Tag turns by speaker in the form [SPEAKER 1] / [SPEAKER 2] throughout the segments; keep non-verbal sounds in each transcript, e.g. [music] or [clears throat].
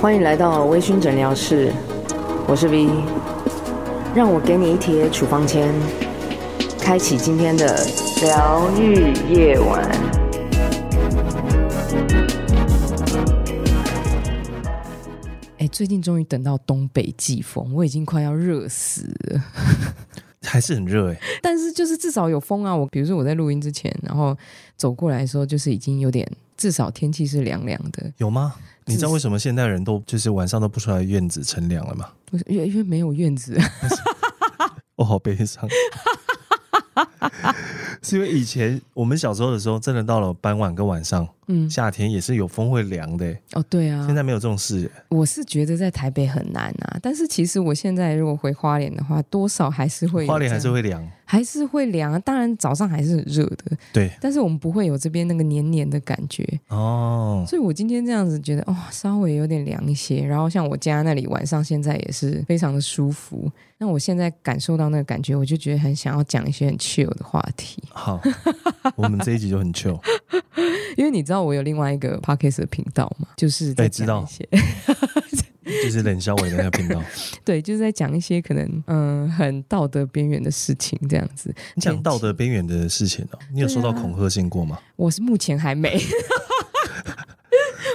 [SPEAKER 1] 欢迎来到微醺诊疗室，我是 V，让我给你一贴处方签，开启今天的疗愈夜晚。哎，最近终于等到东北季风，我已经快要热死了。
[SPEAKER 2] 还是很热哎、
[SPEAKER 1] 但是就是至少有风啊。我比如说我在录音之前，然后走过来的时候，就是已经有点，至少天气是凉凉的。
[SPEAKER 2] 有吗？你知道为什么现代人都就是晚上都不出来院子乘凉了吗？
[SPEAKER 1] [laughs] 我因为因为没有院子，哦
[SPEAKER 2] 我好悲伤。 [laughs] 是因为以前我们小时候的时候，真的到了傍晚跟晚上，
[SPEAKER 1] 嗯，
[SPEAKER 2] 夏天也是有风会凉的、欸。
[SPEAKER 1] 哦，对啊，
[SPEAKER 2] 现在没有这种事、欸，
[SPEAKER 1] 我是觉得在台北很难啊，但是其实我现在如果回花莲的话，多少还是会有
[SPEAKER 2] 花莲还
[SPEAKER 1] 这
[SPEAKER 2] 是
[SPEAKER 1] 样
[SPEAKER 2] 会凉。
[SPEAKER 1] 还是会凉啊。当然早上还是很热的，
[SPEAKER 2] 对，
[SPEAKER 1] 但是我们不会有这边那个黏黏的感觉。
[SPEAKER 2] 哦，
[SPEAKER 1] 所以我今天这样子觉得，哦，稍微有点凉一些。然后像我家那里晚上现在也是非常的舒服。那我现在感受到那个感觉，我就觉得很想要讲一些很 chill 的话题， [laughs]
[SPEAKER 2] 好，我们这一集就很 chill。
[SPEAKER 1] 因为你知道我有另外一个 podcast 的频道嘛，就是在
[SPEAKER 2] 哎知
[SPEAKER 1] 讲一
[SPEAKER 2] 道 [laughs]
[SPEAKER 1] 些
[SPEAKER 2] 就是冷小伟的那个频道。
[SPEAKER 1] 对，就是在讲一些可能嗯很道德边缘的事情这样子。
[SPEAKER 2] 你讲道德边缘的事情哦、你有收到
[SPEAKER 1] 对啊
[SPEAKER 2] 恐吓信过吗？
[SPEAKER 1] 我是目前还没， [laughs]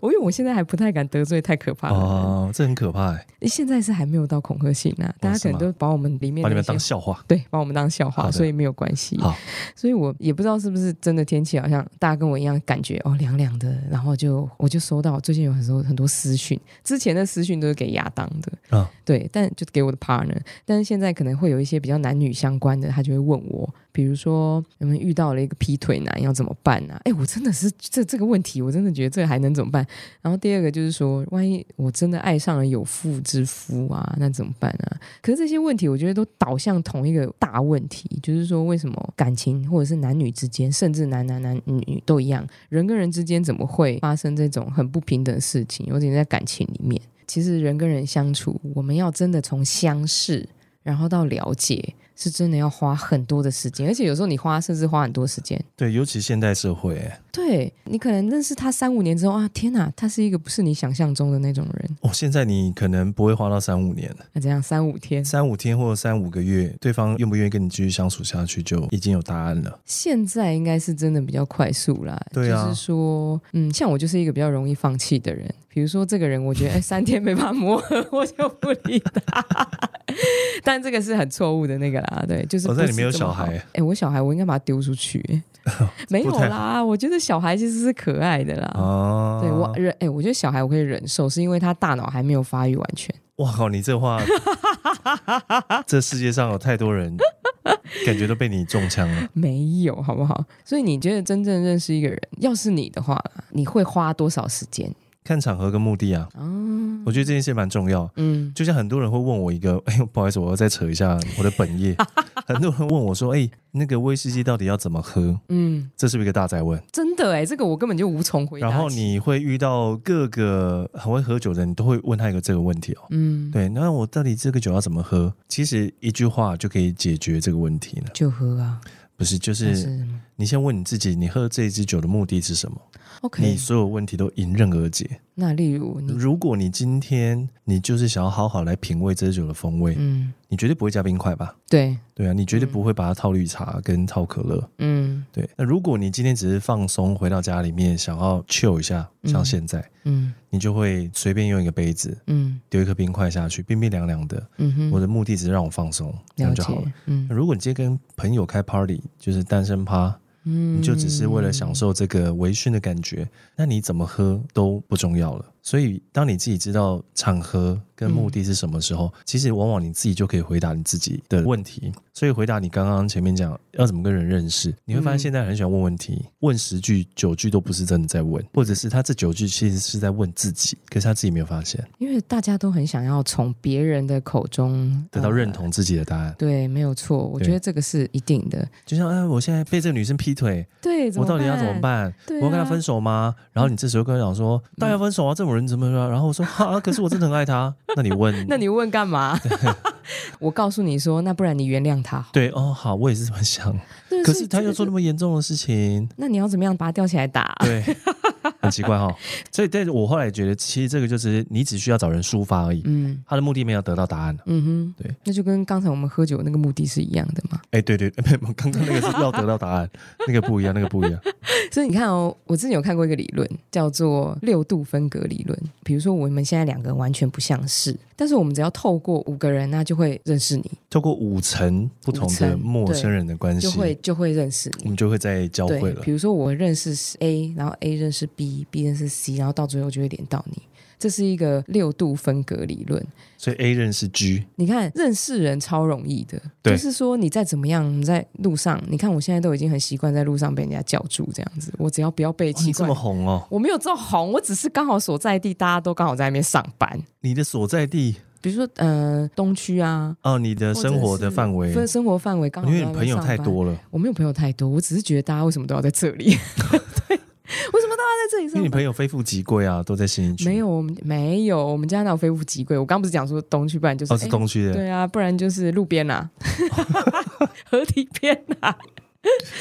[SPEAKER 1] 我因为我现在还不太敢得罪太可怕的人，
[SPEAKER 2] 哦，这很可怕、欸，
[SPEAKER 1] 现在是还没有到恐吓性啊，大家可能
[SPEAKER 2] 哦是吗
[SPEAKER 1] 都把我们里面
[SPEAKER 2] 把
[SPEAKER 1] 的
[SPEAKER 2] 你
[SPEAKER 1] 一
[SPEAKER 2] 们
[SPEAKER 1] 些
[SPEAKER 2] 当笑话。
[SPEAKER 1] 对，把我们当笑
[SPEAKER 2] 好
[SPEAKER 1] 话，
[SPEAKER 2] 的
[SPEAKER 1] 所以没有关系。
[SPEAKER 2] 好，
[SPEAKER 1] 所以我也不知道是不是真的天气好像大家跟我一样感觉哦凉凉的，然后就我就收到最近有很多很多私讯，之前的私讯都是给亚当的，
[SPEAKER 2] 啊
[SPEAKER 1] 对，但就给我的 partner，但是现在可能会有一些比较男女相关的，他就会问我，比如说你们遇到了一个劈腿男要怎么办啊？哎，我真的是这这个问题，我真的觉得这个还能怎么办？然后第二个就是说，万一我真的爱上了有妇之夫啊，那怎么办啊？可是这些问题，我觉得都导向同一个大问题，就是说为什么感情或者是男女之间，甚至男男男女女都一样，人跟人之间怎么会发生这种很不平等的事情？尤其在感情里面，其实人跟人相处，我们要真的从相识，然后到了解，是真的要花很多的时间，而且有时候你花甚至花很多时间。
[SPEAKER 2] 对，尤其现代社会、欸，
[SPEAKER 1] 对你可能认识他三五年之后啊，天哪，他是一个不是你想象中的那种人。
[SPEAKER 2] 哦，现在你可能不会花到三五年，
[SPEAKER 1] [laughs] 那这样三五天，
[SPEAKER 2] 三五天或者三五个月，对方愿不愿意跟你继续相处下去，就已经有答案了。
[SPEAKER 1] 现在应该是真的比较快速啦。
[SPEAKER 2] 对啊
[SPEAKER 1] 就是说，嗯，像我就是一个比较容易放弃的人。比如说这个人，我
[SPEAKER 2] [laughs]
[SPEAKER 1] 觉得哎、三天没办法磨合，我就不理他。 [laughs] 但这个是很错误的那个啦，对，就是不
[SPEAKER 2] 哦
[SPEAKER 1] 是
[SPEAKER 2] 那你没有
[SPEAKER 1] 这么
[SPEAKER 2] 小
[SPEAKER 1] 好
[SPEAKER 2] 孩？
[SPEAKER 1] 哎、我小孩我应该把他丢出去、
[SPEAKER 2] [laughs]
[SPEAKER 1] 没有
[SPEAKER 2] 不太
[SPEAKER 1] 啦，我觉得小孩其实是可爱的啦。
[SPEAKER 2] 哦，
[SPEAKER 1] 嗯对我忍，哎、我觉得小孩我可以忍受，是因为他大脑还没有发育完全。
[SPEAKER 2] 哇靠，你
[SPEAKER 1] [laughs]
[SPEAKER 2] 这话，这世界上有太多人，感觉都被你中枪了。
[SPEAKER 1] 没有，好不好？所以你觉得真正认识一个人，要是你的话啦，你会花多少时间？
[SPEAKER 2] 看场合跟目的啊，
[SPEAKER 1] 哦，
[SPEAKER 2] 我觉得这件事蛮重要。
[SPEAKER 1] 嗯，
[SPEAKER 2] 就像很多人会问我一个， [laughs] 哎呦，不好意思，我要再扯一下我的
[SPEAKER 1] [laughs]
[SPEAKER 2] 本业。很多人问我说，哎，那个威士忌到底要怎么喝？
[SPEAKER 1] 嗯，
[SPEAKER 2] 这是不是一个大灾问？
[SPEAKER 1] 真的哎，这个我根本就无从回答起。
[SPEAKER 2] 然后你会遇到各个很会喝酒的人，你都会问他一个这个问题哦。
[SPEAKER 1] 嗯，
[SPEAKER 2] 对，那我到底这个酒要怎么喝？其实一句话就可以解决这个问题了，
[SPEAKER 1] 就喝啊，嗯
[SPEAKER 2] 不是？就
[SPEAKER 1] 还
[SPEAKER 2] 是你先问你自己，你喝这一支酒的目的是什么？你
[SPEAKER 1] OK。
[SPEAKER 2] 所有问题都迎刃而解。
[SPEAKER 1] 那例如你，
[SPEAKER 2] 如果你今天你就是想要好好来品味这支酒的风味，
[SPEAKER 1] 嗯，
[SPEAKER 2] 你绝对不会加冰块吧？
[SPEAKER 1] 对，
[SPEAKER 2] 对啊，你绝对不会把它套绿茶跟套可乐。
[SPEAKER 1] 嗯
[SPEAKER 2] 对，那如果你今天只是放松，回到家里面想要 chill 一下，像
[SPEAKER 1] 嗯
[SPEAKER 2] 现在，
[SPEAKER 1] 嗯
[SPEAKER 2] 你就会随便用一个杯子
[SPEAKER 1] 嗯
[SPEAKER 2] 丢一颗冰块下去，冰冰凉凉的。
[SPEAKER 1] 嗯哼，
[SPEAKER 2] 我的目的只是让我放松，这
[SPEAKER 1] 了
[SPEAKER 2] 样
[SPEAKER 1] 解
[SPEAKER 2] 就好了。，
[SPEAKER 1] 嗯
[SPEAKER 2] 如果你今天跟朋友开 party，就是单身趴，
[SPEAKER 1] 嗯，
[SPEAKER 2] 你就只是为了享受这个微醺的感觉，那你怎么喝都不重要了。所以，当你自己知道场合跟目的是什么时候，
[SPEAKER 1] 嗯
[SPEAKER 2] 其实往往你自己就可以回答你自己的问题。所以，回答你刚刚前面讲要怎么跟人认识，你会发现
[SPEAKER 1] 嗯
[SPEAKER 2] 现在很喜欢问问题，问十句九句都不是真的在问，或者是他这九句其实是在问自己，可是他自己没有发现，
[SPEAKER 1] 嗯因为大家都很想要从别人的口中
[SPEAKER 2] 得到认。
[SPEAKER 1] 呃
[SPEAKER 2] 同自己的答案。
[SPEAKER 1] 对，没有错，我
[SPEAKER 2] 对
[SPEAKER 1] 觉得这个是一定的。
[SPEAKER 2] 就像，哎，我现在被这个女生劈腿，
[SPEAKER 1] 对，
[SPEAKER 2] 我到底要怎么？办？
[SPEAKER 1] 对
[SPEAKER 2] 我要跟
[SPEAKER 1] 啊
[SPEAKER 2] 他分手吗？然后你这时候跟他讲说，当然要分手啊，这种人怎么了？然后我说，哈，可是我真的很爱他。那你
[SPEAKER 1] [laughs]
[SPEAKER 2] 问，
[SPEAKER 1] 啊那你问干
[SPEAKER 2] [laughs]
[SPEAKER 1] 嘛？我告诉你说，那不然你原谅他好了。
[SPEAKER 2] 对哦，好，我也是这
[SPEAKER 1] [laughs]
[SPEAKER 2] 么想。
[SPEAKER 1] 对
[SPEAKER 2] 可
[SPEAKER 1] 所
[SPEAKER 2] 是
[SPEAKER 1] 以
[SPEAKER 2] 他
[SPEAKER 1] 这
[SPEAKER 2] 又
[SPEAKER 1] 个
[SPEAKER 2] 做
[SPEAKER 1] 就
[SPEAKER 2] 那么严重的事情，
[SPEAKER 1] [laughs] 那你要怎么样把他吊起来打？
[SPEAKER 2] 对，很奇怪哈。所以，但是我后来觉得，其实这个就是你只需要找人抒发而已，
[SPEAKER 1] 嗯
[SPEAKER 2] 他的目的没有得到答案。
[SPEAKER 1] 嗯哼，
[SPEAKER 2] 对，
[SPEAKER 1] 那就跟刚才我们喝酒那个目的是一样的嘛。 [laughs]
[SPEAKER 2] 哎、对对，没有，刚刚那个是要得到答案，那个不一样，那个不一样。
[SPEAKER 1] 所以你看哦，我之前有看过一个理论，叫做六度分隔理论。比如说，我们现在两个人完全不相识，但是我们只要透过五个人，那就会认识你，
[SPEAKER 2] 透过五层不同
[SPEAKER 1] 五
[SPEAKER 2] 的
[SPEAKER 1] 层
[SPEAKER 2] 陌生人的关
[SPEAKER 1] 就，
[SPEAKER 2] 系
[SPEAKER 1] 会就会认识
[SPEAKER 2] 我
[SPEAKER 1] 你。
[SPEAKER 2] 们就会在交汇
[SPEAKER 1] 对，
[SPEAKER 2] 了
[SPEAKER 1] 比。如说我认识 A，然后 A 认识 B，B 认识 C，然后到最后就会连到你。这是一个六度分隔理论。
[SPEAKER 2] 所以 A 认识 G，
[SPEAKER 1] 你看认识人超容易的，
[SPEAKER 2] 对
[SPEAKER 1] 就是说你再怎么样，你在路上，你看我现在都已经很习惯在路上被人家叫住这样子，我只要不要被
[SPEAKER 2] 哇你
[SPEAKER 1] 奇
[SPEAKER 2] 这
[SPEAKER 1] 怪
[SPEAKER 2] 么红哦，
[SPEAKER 1] 我没有这么红，我只是刚好所在地大家都刚好在那边上班，
[SPEAKER 2] 你的所在地
[SPEAKER 1] 比如说呃东区啊，
[SPEAKER 2] 哦，你的生活的范围，
[SPEAKER 1] 分生活范围刚好
[SPEAKER 2] 因
[SPEAKER 1] 都在
[SPEAKER 2] 为
[SPEAKER 1] 那
[SPEAKER 2] 你
[SPEAKER 1] 边
[SPEAKER 2] 朋友太
[SPEAKER 1] 上班，
[SPEAKER 2] 多了，
[SPEAKER 1] 我没有朋友太多，我只是觉得大家为什么都要在这
[SPEAKER 2] [laughs]
[SPEAKER 1] 里？对，为什么大家在这里
[SPEAKER 2] 因为你
[SPEAKER 1] 上班？
[SPEAKER 2] 朋友非富即贵啊，都在新一区，
[SPEAKER 1] 没有，我们没有，我们家哪有非富即贵？我刚不是讲说东区，不然就是、
[SPEAKER 2] 哦，是东区
[SPEAKER 1] 哎
[SPEAKER 2] 的，
[SPEAKER 1] 对啊，不然就是路边啊， [laughs] 河堤边啊。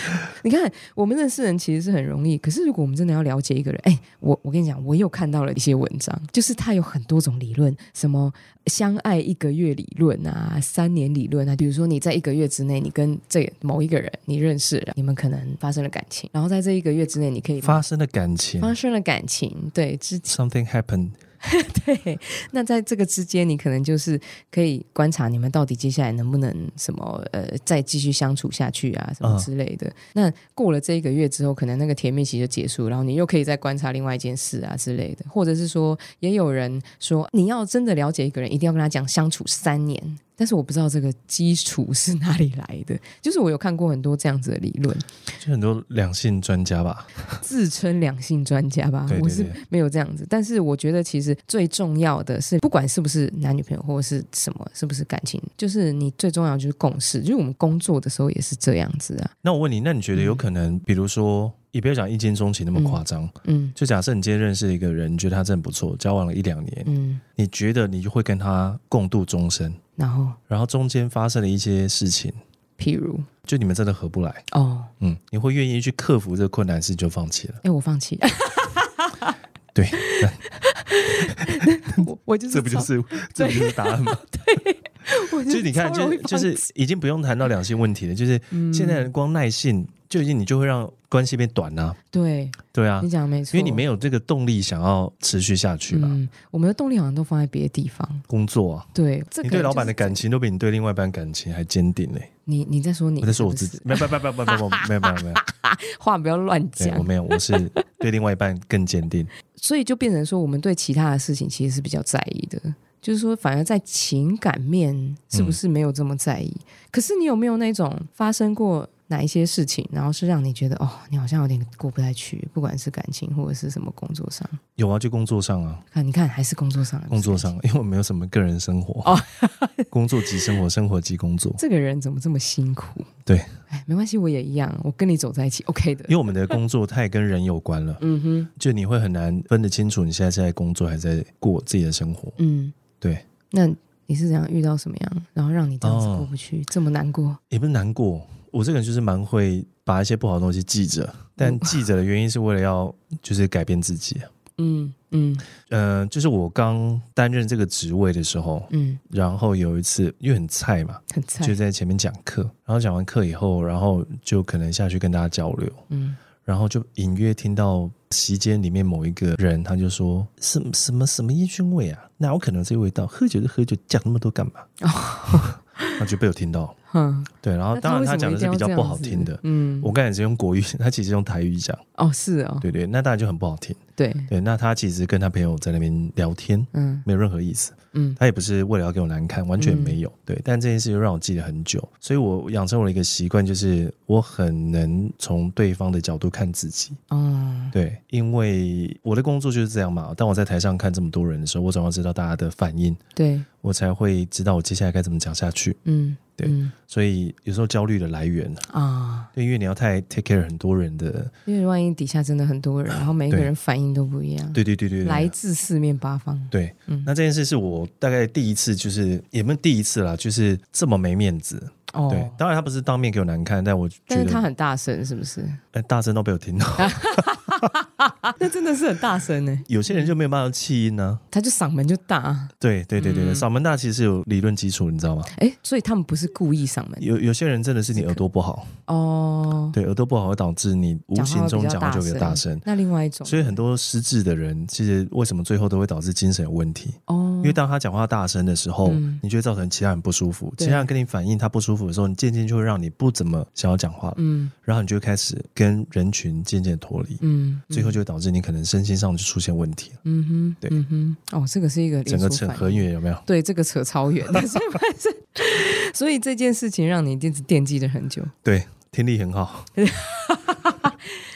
[SPEAKER 1] [laughs] 你看，我们认识人其实是很容易，可是如果我们真的要了解一个人，哎，我我跟你讲，我又看到了一些文章，就是它有很多种理论，什么相爱一个月理论啊，三年理论啊，比如说你在一个月之内，你跟这某一个人你认识了，你们可能发生了感情，然后在这一个月之内，你可以
[SPEAKER 2] 发生的感情
[SPEAKER 1] 发生了感情，对，之
[SPEAKER 2] ，something happened，
[SPEAKER 1] 对，那在这个之间，你可能就是可以观察你们到底接下来能不能什么呃再继续相处下去啊，什么
[SPEAKER 2] 嗯
[SPEAKER 1] 之类的。那过了这一个月之后，可能那个甜蜜期就结束，然后你又可以再观察另外一件事啊之类的，或者是说，也有人说你要真的了解一个人，一定要跟他讲相处三年。但是我不知道这个基础是哪里来的，就是我有看过很多这样子的理论，
[SPEAKER 2] 就很多两性专家吧，
[SPEAKER 1] 自称两性专家吧，
[SPEAKER 2] 对对
[SPEAKER 1] 我是
[SPEAKER 2] 对
[SPEAKER 1] 没有这样子。但是我觉得其实最重要的是，不管是不是男女朋友或者是什么，是不是感情，就是你最重要的就是共识。就是我们工作的时候也是这样子啊，
[SPEAKER 2] 那我问你，那你觉
[SPEAKER 1] 嗯
[SPEAKER 2] 得有可能，比如说，也不要讲一见钟情那么夸张，
[SPEAKER 1] 嗯
[SPEAKER 2] 就假设你今天认识了一个人，你觉得他真的不错，交往了一两年，
[SPEAKER 1] 嗯，
[SPEAKER 2] 你觉得你就会跟他共度终身，
[SPEAKER 1] 然后
[SPEAKER 2] 然后中间发生了一些事情，
[SPEAKER 1] 譬如
[SPEAKER 2] 就你们真的合不来，
[SPEAKER 1] 哦，
[SPEAKER 2] 嗯，你会愿意去克服这个困难事就放弃了，
[SPEAKER 1] 哎，我放
[SPEAKER 2] [laughs]
[SPEAKER 1] 弃，
[SPEAKER 2] 对，
[SPEAKER 1] 我我就是
[SPEAKER 2] [laughs] 这不就
[SPEAKER 1] 超 [laughs]
[SPEAKER 2] 是这不就是答案吗？
[SPEAKER 1] 我
[SPEAKER 2] 就是你看，
[SPEAKER 1] [laughs] 超
[SPEAKER 2] 就
[SPEAKER 1] 容易
[SPEAKER 2] 是就
[SPEAKER 1] 放
[SPEAKER 2] 是
[SPEAKER 1] 弃嗯
[SPEAKER 2] 已经不用谈到两性问题了，就是现在人光耐性就已经你就会让关系变短啊，
[SPEAKER 1] 对
[SPEAKER 2] 对啊
[SPEAKER 1] 你，讲得没错，
[SPEAKER 2] 因为你没有这个动力想要持续下去了，
[SPEAKER 1] 嗯，我们的动力好像都放在别的地方。
[SPEAKER 2] 工作啊。
[SPEAKER 1] 对，这个
[SPEAKER 2] 你对老板
[SPEAKER 1] 就
[SPEAKER 2] 的
[SPEAKER 1] 是
[SPEAKER 2] 感情都比你对另外一半感情还
[SPEAKER 1] [laughs]
[SPEAKER 2] 坚定嘞、
[SPEAKER 1] 你你在说你，
[SPEAKER 2] 我在说我
[SPEAKER 1] 是
[SPEAKER 2] 自
[SPEAKER 1] 不
[SPEAKER 2] 己，没有没有没有没有没有没有
[SPEAKER 1] [laughs]
[SPEAKER 2] 没有没有，
[SPEAKER 1] 是话不要乱
[SPEAKER 2] 对
[SPEAKER 1] 讲
[SPEAKER 2] 我。没有，我是对另外一半更坚定。
[SPEAKER 1] 所以就变成说，我们对其他的事情其实是比较在意的，就是说，反而在情感面是
[SPEAKER 2] 嗯
[SPEAKER 1] 不是没有这么在意？可是你有没有那种发生过哪一些事情，然后是让你觉得哦，你好像有点过不太去，不管是感情或者是什么工作上，
[SPEAKER 2] 有啊，就工作上啊，
[SPEAKER 1] 看你看还是工作上，
[SPEAKER 2] 工作上，因为我没有什么个人生活，
[SPEAKER 1] 哦
[SPEAKER 2] 工作即生活，生活即工作。
[SPEAKER 1] 这个人怎么这么辛苦？
[SPEAKER 2] 对，
[SPEAKER 1] 哎，没关系，我也一样，我跟你走在一起，OK 的
[SPEAKER 2] 因。为我们的工作太跟人有关了，
[SPEAKER 1] 嗯哼，
[SPEAKER 2] 就你会很难分得清楚你现在是在工作还是在过自己的生活。
[SPEAKER 1] 嗯，
[SPEAKER 2] 对，
[SPEAKER 1] 那你是怎样遇到什么样，然后让你这样子
[SPEAKER 2] 哦
[SPEAKER 1] 过不去，这么难过？
[SPEAKER 2] 也不是难过，我这个人就是蛮会把一些不好的东西记着，但记着的原因是为了要就是改变自己。
[SPEAKER 1] 嗯嗯
[SPEAKER 2] 嗯，就是我刚担任这个职位的时候，
[SPEAKER 1] 嗯，
[SPEAKER 2] 然后有一次因为很菜嘛，
[SPEAKER 1] 很菜
[SPEAKER 2] 就，在前面讲课，然后讲完课以后，然后就可能下去跟大家交流，
[SPEAKER 1] 嗯。
[SPEAKER 2] 然后就隐约听到席间里面某一个人，他就说什么什么什么烟熏味啊，哪有可能这味道？喝酒就喝酒，讲那么多干嘛？
[SPEAKER 1] [laughs]
[SPEAKER 2] 那就被我听到，
[SPEAKER 1] 哼，
[SPEAKER 2] 对，然后
[SPEAKER 1] 那
[SPEAKER 2] 当然
[SPEAKER 1] 为什
[SPEAKER 2] 他
[SPEAKER 1] 么
[SPEAKER 2] 讲的
[SPEAKER 1] 一
[SPEAKER 2] 是
[SPEAKER 1] 定
[SPEAKER 2] 比
[SPEAKER 1] 要
[SPEAKER 2] 较
[SPEAKER 1] 这
[SPEAKER 2] 不
[SPEAKER 1] 样
[SPEAKER 2] 好
[SPEAKER 1] 子
[SPEAKER 2] 听的。
[SPEAKER 1] 嗯，
[SPEAKER 2] 我刚才也是用国语， [laughs] 他其实用台语讲，
[SPEAKER 1] 哦，是哦，
[SPEAKER 2] 对对，那当然就很不好听。
[SPEAKER 1] 对，
[SPEAKER 2] 对，那他其实跟他朋友在那边聊天，
[SPEAKER 1] 嗯
[SPEAKER 2] 没有任何意思。
[SPEAKER 1] 嗯
[SPEAKER 2] 他也不是为了要给我难看，完全没有。对，但这件事就让我记得很久，所以我养成我的一个习惯，就是我很能从对方的角度看自己。
[SPEAKER 1] 哦，
[SPEAKER 2] 对，因为我的工作就是这样嘛。当我在台上看这么多人的时候，我总要知道大家的反应，
[SPEAKER 1] 对，
[SPEAKER 2] 我才会知道我接下来该怎么讲下去。
[SPEAKER 1] 嗯，
[SPEAKER 2] 对
[SPEAKER 1] 嗯
[SPEAKER 2] 所以有时候焦虑的来源，
[SPEAKER 1] 啊，
[SPEAKER 2] 对，因为你要太 take care 很多人的，
[SPEAKER 1] 因为万一底下真的很多
[SPEAKER 2] [clears throat]
[SPEAKER 1] 人，然后每一个
[SPEAKER 2] 对
[SPEAKER 1] 人反应都不一样，
[SPEAKER 2] 对对对对对，
[SPEAKER 1] 来自四面八方，
[SPEAKER 2] 对，
[SPEAKER 1] 嗯
[SPEAKER 2] 那这件事是我大概第一次，就是也不是第一次啦，就是这么没面子。对
[SPEAKER 1] 哦，，
[SPEAKER 2] 当然他不是当面给我难看，但我觉
[SPEAKER 1] 但是
[SPEAKER 2] 得 [laughs]
[SPEAKER 1] 他很大声，是不是？
[SPEAKER 2] 哎大声都被我听到。
[SPEAKER 1] 那真的是很大声呢、
[SPEAKER 2] 有些人就没有办法气音呢、
[SPEAKER 1] 他就嗓门就大，啊
[SPEAKER 2] 对对对对对，嗓门大其实是有理论基础，你知道吗？
[SPEAKER 1] 哎，所以他们不是故意嗓门
[SPEAKER 2] 有有些人真的是你耳朵不好，
[SPEAKER 1] 哦，
[SPEAKER 2] 对耳朵不好会导致你无形中讲话就比较大声，
[SPEAKER 1] 那另外一种
[SPEAKER 2] 所以很多失智的人其实为什么最后都会导致精神有问题？
[SPEAKER 1] 哦
[SPEAKER 2] 因，为当他讲话大声的时候，
[SPEAKER 1] 嗯
[SPEAKER 2] 你就会造成其他人不舒服。
[SPEAKER 1] 对
[SPEAKER 2] 其他人跟你反映他不舒服的时候，你渐渐就会让你不怎么想要讲话了，
[SPEAKER 1] 嗯
[SPEAKER 2] 然后你就会开始跟人群渐渐脱离，
[SPEAKER 1] 嗯，
[SPEAKER 2] 最后就会导致你可能身心上就出现问题了。
[SPEAKER 1] 嗯哼，
[SPEAKER 2] 对
[SPEAKER 1] 嗯哼，哦，这个是一个
[SPEAKER 2] 整个
[SPEAKER 1] 连锁
[SPEAKER 2] 扯
[SPEAKER 1] 反应
[SPEAKER 2] 很远有没有？
[SPEAKER 1] 对，这个扯超远，
[SPEAKER 2] [laughs]
[SPEAKER 1] 但是反正，所以这件事情让你一直惦记了很久。
[SPEAKER 2] 对，听力很好，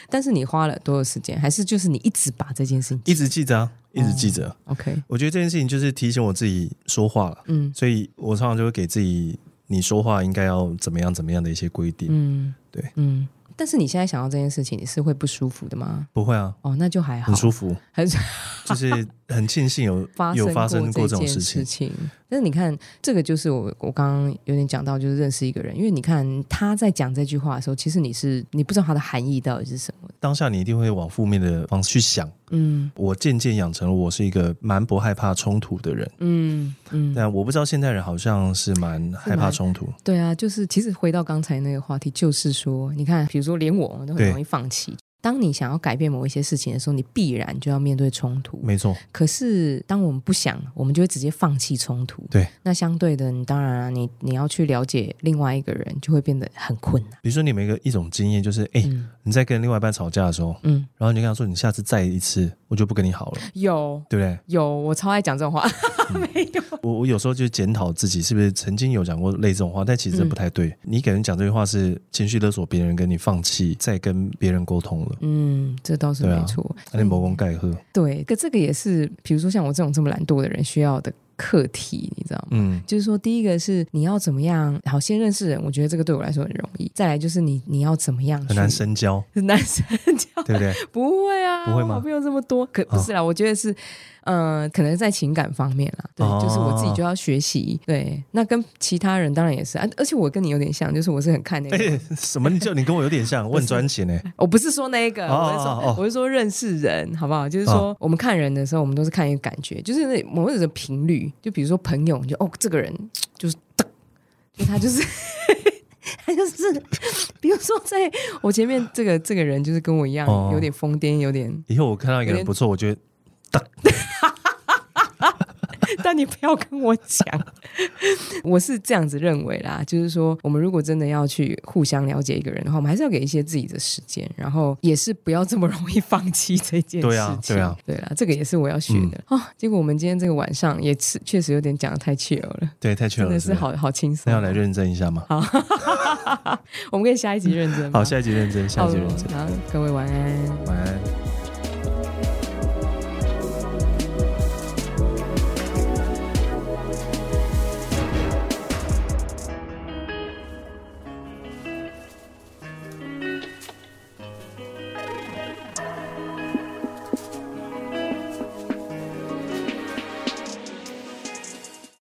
[SPEAKER 1] 但是你花了多少时间？还是就是你一直把这件事情
[SPEAKER 2] 一直记着啊，一直记着。
[SPEAKER 1] OK？
[SPEAKER 2] 我觉得这件事情就是提醒我自己说话了，
[SPEAKER 1] 嗯
[SPEAKER 2] 所以我常常就会给自己，你说话应该要怎么样怎么样的一些规定。
[SPEAKER 1] 嗯，
[SPEAKER 2] 对，
[SPEAKER 1] 嗯。但是你现在想到这件事情，你是会不舒服的吗？
[SPEAKER 2] 不会啊，
[SPEAKER 1] 哦，那就还好
[SPEAKER 2] 很，舒服，
[SPEAKER 1] 还是 [laughs]
[SPEAKER 2] 就是很庆幸有
[SPEAKER 1] 发
[SPEAKER 2] 有发生
[SPEAKER 1] 过
[SPEAKER 2] 过这种
[SPEAKER 1] 件
[SPEAKER 2] 事情。
[SPEAKER 1] 情。但是你看，这个就是我我刚刚有点讲到，就是认识一个人，因为你看他在讲这句话的时候，其实你是你不知道他的含义到底是什么。
[SPEAKER 2] 当下你一定会往负面的方式去想。
[SPEAKER 1] 嗯
[SPEAKER 2] 我渐渐养成了我是一个蛮不害怕冲突的人，
[SPEAKER 1] 嗯嗯，
[SPEAKER 2] 但我不知道现代人好像是蛮害怕冲突。
[SPEAKER 1] 对啊，就是其实回到刚才那个话题，就是说，你看，比如说连我我们都很
[SPEAKER 2] 对
[SPEAKER 1] 容易放弃。当你想要改变某一些事情的时候，你必然就要面对冲突。
[SPEAKER 2] 没错，
[SPEAKER 1] 可是，当我们不想，我们就会直接放弃冲突。
[SPEAKER 2] 对，
[SPEAKER 1] 那相对的，你当然、啊、你你要去了解另外一个人，就会变得很困难。
[SPEAKER 2] 比如说你们一个一种经验就是，哎、
[SPEAKER 1] 嗯
[SPEAKER 2] 你在跟另外一半吵架的时候，
[SPEAKER 1] 嗯，
[SPEAKER 2] 然后你就跟他说，你下次再一次，我就不跟你好了，
[SPEAKER 1] 有
[SPEAKER 2] 对不对？
[SPEAKER 1] 有，我超爱讲这种话。
[SPEAKER 2] 嗯
[SPEAKER 1] [laughs]
[SPEAKER 2] 我我有时候就检讨自己是不是曾经有讲过类似这种话，但其实这
[SPEAKER 1] 嗯
[SPEAKER 2] 不太对。你给人讲这句话是情绪勒索别人，跟你放弃再跟别人沟通了，
[SPEAKER 1] 嗯，这倒是
[SPEAKER 2] 对啊
[SPEAKER 1] 没错。
[SPEAKER 2] 那你谋功盖喝，
[SPEAKER 1] 对，可这个也是，比如说像我这种这么懒惰的人需要的课题，你知道吗？
[SPEAKER 2] 嗯，
[SPEAKER 1] 就是说，第一个是你要怎么样好先认识人，我觉得这个对我来说很容易。再来就是你你要怎么样去
[SPEAKER 2] 很难，深交，
[SPEAKER 1] 很难深交，[laughs]
[SPEAKER 2] 对不对？
[SPEAKER 1] 不会啊，
[SPEAKER 2] 不会
[SPEAKER 1] 我
[SPEAKER 2] 吗哦
[SPEAKER 1] 好朋友这么多，可不是啦，我觉得是，呃，可能在情感方面啦，对，
[SPEAKER 2] 哦
[SPEAKER 1] 就是我自己就要学习，对，那跟其他人当然也是，啊、而且我跟你有点像，就是我是很看那个，
[SPEAKER 2] 哎、什么？你就你跟我有点像，问专情哎、
[SPEAKER 1] [laughs] 我不是说那个，
[SPEAKER 2] 哦
[SPEAKER 1] 我是说、
[SPEAKER 2] 哦哦哦
[SPEAKER 1] 我是说认识人，好不好？就是说、我们看人的时候，我们都是看一个感觉，就是那某种的频率。就比如说朋友，你就哦，这个人就是，就他就是。 [laughs] 他就是，比如说，在我前面这个这个人，就是跟我一样，
[SPEAKER 2] 哦
[SPEAKER 1] 有点疯癫，有点。
[SPEAKER 2] 以后我看到一个
[SPEAKER 1] 有点
[SPEAKER 2] 人不错，我觉得
[SPEAKER 1] 但你不要跟我讲， [laughs] 我是这样子认为啦。就是说，我们如果真的要去互相了解一个人的话，我们还是要给一些自己的时间，然后也是不要这么容易 [laughs] 放弃这件事情。
[SPEAKER 2] 对啊对啊，嗯
[SPEAKER 1] 对啦，这个也是我要学的、哦。结果我们今天这个晚上也是确实有点讲的太 chill 了，
[SPEAKER 2] 对，啊太缺
[SPEAKER 1] 真
[SPEAKER 2] 了，
[SPEAKER 1] 的
[SPEAKER 2] 是
[SPEAKER 1] 是
[SPEAKER 2] 不是
[SPEAKER 1] 好好轻
[SPEAKER 2] 那
[SPEAKER 1] 松。
[SPEAKER 2] 要来认真一下嘛。
[SPEAKER 1] 好，我们可以下一集认真吗。
[SPEAKER 2] 好，下一集认真，下一集认真，
[SPEAKER 1] 好，好各位晚安。
[SPEAKER 2] 晚安。